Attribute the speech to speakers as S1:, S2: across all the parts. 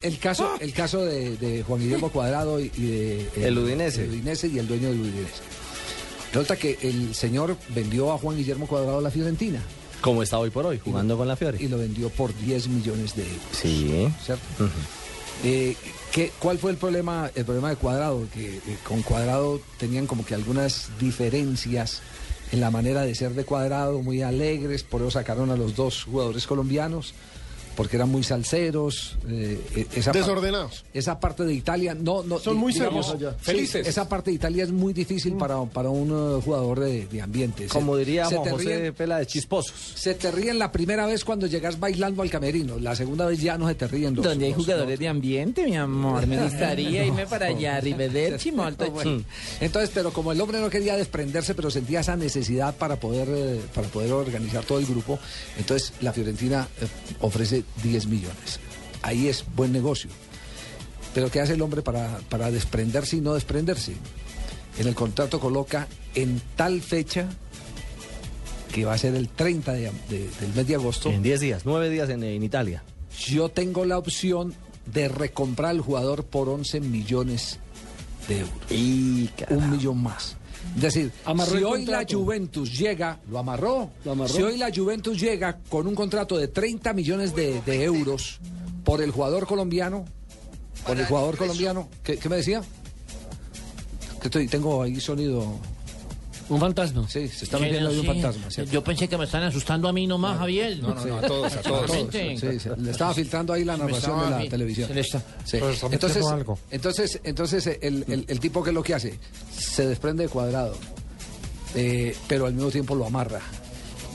S1: El caso, el caso de, de Juan Guillermo Cuadrado y de... eh,
S2: El Udinese.
S1: el Udinese y el dueño del Udinese. Resulta que el señor vendió a Juan Guillermo Cuadrado a la Fiorentina
S2: Como está hoy por hoy, jugando con la
S1: y
S2: Fiore.
S1: lo vendió por 10 millones de euros,
S2: Sí.
S1: ¿cierto? Eh, ¿qué- ¿Cuál fue el problema, el problema de Cuadrado? Que eh, con Cuadrado tenían como que algunas diferencias en la manera de ser de Cuadrado, muy alegres, por eso sacaron a los dos jugadores colombianos, porque eran muy salseros. eh, eh, esa pa-
S3: Desordenados.
S1: Esa parte de Italia, no, no.
S3: Son
S1: di-
S3: muy
S1: digamos,
S3: serios allá.
S1: sí,
S3: Felices.
S1: esa parte de Italia es muy difícil para, para un eh, jugador de, de ambiente. Se-
S2: Como diría
S1: se
S2: Juan
S1: te
S2: José
S1: ríen-
S2: Pela de Chisposos.
S1: se te ríen la primera vez cuando llegas bailando al camerino. La segunda vez ya no se te ríen. los-
S4: Donde hay
S1: los-
S4: jugadores de ambiente, mi amor. Me gustaría irme para allá, Arrivederci, molto chi.
S1: Entonces, pero como el hombre no quería desprenderse, pero sentía esa necesidad para poder, eh, para poder organizar todo el grupo, entonces la Fiorentina eh, ofrece 10 millones. Ahí es buen negocio. Pero ¿qué hace el hombre para, para desprenderse y no desprenderse? En el contrato coloca en tal fecha, que va a ser el 30 de- de- del mes de agosto,
S2: En 10 días, 9 días en, en Italia.
S1: yo tengo la opción de recomprar al jugador por 11 millones de euros
S2: Y
S1: un millón más. Es decir,
S3: Amarró
S1: si
S3: el
S1: hoy la
S3: contrato.
S1: Juventus llega, lo amarró,
S3: Lo amarró.
S1: si hoy la Juventus llega con un contrato de 30 millones de, de euros por el jugador colombiano, por el jugador colombiano, ¿qué, qué me decía? Que estoy, tengo ahí sonido.
S5: Un fantasma.
S1: Sí, se está metiendo ahí un fantasma, ¿cierto?
S5: Yo pensé que me están asustando a mí nomás, Javier.
S3: No, no, no, a todos, a todos.
S1: Todos,
S5: Gente.
S1: sí, se- le estaba filtrando ahí la
S5: Me
S1: narración
S5: estaba
S1: de
S5: a
S1: la
S5: mí.
S1: televisión.
S5: Se le está-
S1: Sí.
S3: Pero está metiendo
S1: Entonces,
S3: algo.
S1: entonces, entonces eh, el, el- el tipo que es lo que hace, se desprende de cuadrado, eh, pero al mismo tiempo lo amarra.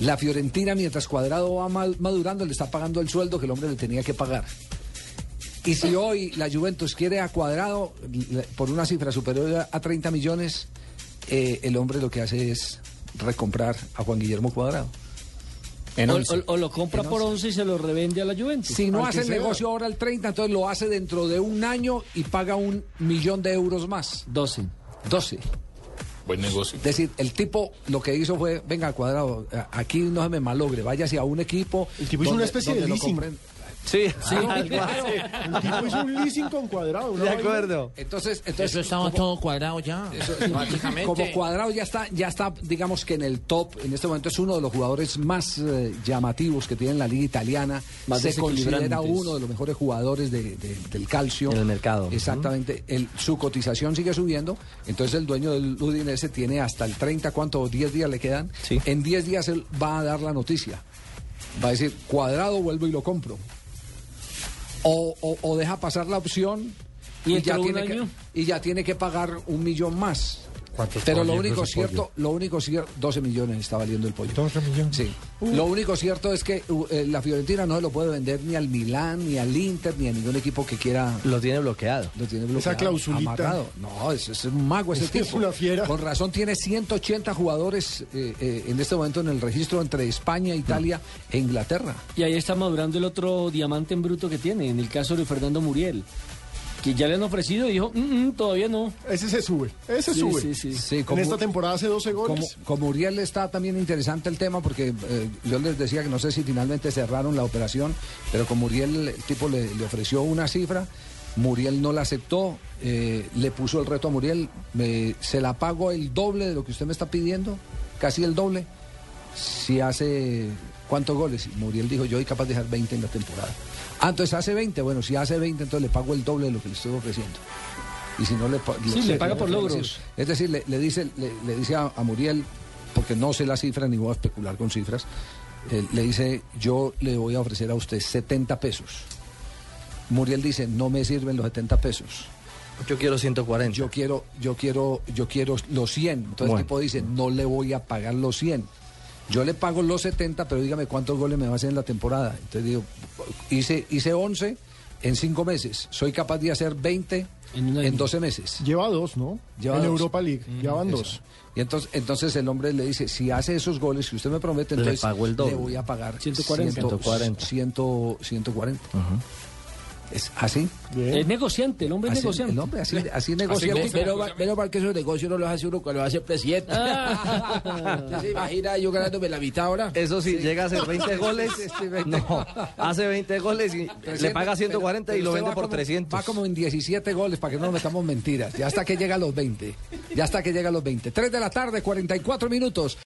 S1: La Fiorentina, mientras Cuadrado va ma- madurando, le está pagando el sueldo que el hombre le tenía que pagar. Y si hoy la Juventus quiere a Cuadrado le- por una cifra superior a- a 30 millones, eh, el hombre lo que hace es recomprar a Juan Guillermo Cuadrado. En
S3: O,
S1: once.
S3: o- o lo compra por 11 y se lo revende a la Juventus.
S1: Si no
S3: Al que
S1: hace el
S3: sea.
S1: negocio ahora el 30, entonces lo hace dentro de un año y paga un millón de euros más.
S3: 12.
S1: 12.
S6: Buen negocio.
S1: Es decir, el tipo lo que hizo fue, venga, cuadrado, a- aquí no se me malogre, váyase a un equipo.
S3: El tipo hizo una especie de
S1: lo
S3: leasing.
S1: compren. Ah,
S2: Sí, sí, algo así.
S3: El tipo hizo un leasing con cuadrado. una
S2: De
S3: vaina.
S2: acuerdo.
S1: Entonces, entonces
S5: Eso estaba
S1: como-
S5: todo cuadrado ya. Básicamente.
S1: Como Cuadrado ya está, ya está, digamos que en el top, en este momento es uno de los jugadores más eh, llamativos que tiene la liga italiana.
S3: Más
S1: Se considera
S3: desequilibrantes.
S1: uno de los mejores jugadores de- de- del calcio.
S2: En el mercado.
S1: Exactamente. El- su cotización sigue subiendo. Entonces el dueño del Udinese tiene hasta el 30, ¿cuánto? 10 días le quedan.
S2: Sí.
S1: En 10 días él va a dar la noticia. Va a decir, Cuadrado vuelvo y lo compro. O, o- o deja pasar la opción
S3: ¿Y dentro de un
S1: tiene que,
S3: año?
S1: y ya tiene que pagar un millón más. Pero lo único cierto, lo único cierto, 12 millones está valiendo el pollo. 12 millones. Sí.
S3: Uh.
S1: Lo único cierto es que uh, eh, la Fiorentina no se lo puede vender ni al Milán, ni al Inter, ni a ningún equipo que quiera.
S2: Lo tiene bloqueado.
S1: Lo tiene bloqueado,
S3: Esa clausulita.
S1: amarrado. No, es, es un mago ese
S3: Es que
S1: tipo.
S3: es una fiera.
S1: Con razón tiene 180 jugadores eh, eh, en este momento en el registro entre España, Italia e Inglaterra.
S3: Y ahí está madurando el otro diamante en bruto que tiene, en el caso de Fernando Muriel. Que ya le han ofrecido y dijo, "Mm, mm, todavía no. Ese se sube. Ese Sí, sube. sí, sí.
S1: Sí,
S3: En
S1: como-
S3: esta temporada hace 12
S1: Como,
S3: goles.
S1: como Uriel está también interesante el tema porque eh, yo les decía que no sé si finalmente cerraron la operación, pero como Uriel el tipo le, le ofreció una cifra, Muriel no la aceptó, eh, le puso el reto a Muriel, me- se la pago el doble de lo que usted me está pidiendo, casi el doble, si hace cuántos goles. Y Muriel dijo, yo soy capaz de dejar 20 en la temporada. Ah, entonces hace 20, bueno, si hace 20, entonces le pago el doble de lo que le estoy ofreciendo. Y si no le, pa-
S3: Sí, le paga por logros.
S1: es decir, es decir, le, le dice, le, le dice a, a Muriel, porque no sé la cifra ni voy a especular con cifras, eh, le dice, yo le voy a ofrecer a usted 70 pesos. Muriel dice, no me sirven los 70 pesos.
S2: Yo quiero 140.
S1: Yo quiero, yo quiero, yo quiero los 100. Entonces
S2: Bueno.
S1: el tipo dice, no le voy a pagar los 100. Yo le pago los 70, pero dígame cuántos goles me va a hacer en la temporada. Entonces digo, hice, hice 11, en cinco meses. Soy capaz de hacer 20
S3: En un
S1: en,
S3: año.
S1: 12 meses.
S6: Lleva dos, ¿no?
S1: Lleva
S6: en
S1: dos.
S6: Europa League. Llevan dos.
S1: Y entonces, entonces el hombre le dice, si hace esos goles que usted me promete,
S2: Le
S1: entonces
S2: pago el doble.
S1: voy a pagar
S3: 140.
S1: 140. 140. Es así.
S3: Es negociante, el hombre es
S1: así
S3: negociante.
S1: Ah, el hombre así, así negocia.
S4: Ve- Pero, va- pero mal que esos negocios no los hace uno cuando lo hace el presidente. ¿Usted se imagina yo ganándome la mitad ahora?
S2: Eso sí, llega a hacer 20 goles.
S1: sí, sí, 20.
S2: No, hace 20 goles y le paga 140 y lo vende por 300.
S1: Va como en 17 goles, para que no nos metamos mentiras. Ya hasta que llega a los 20. Ya hasta que llega a los 20. 3 de la tarde, 44 minutos.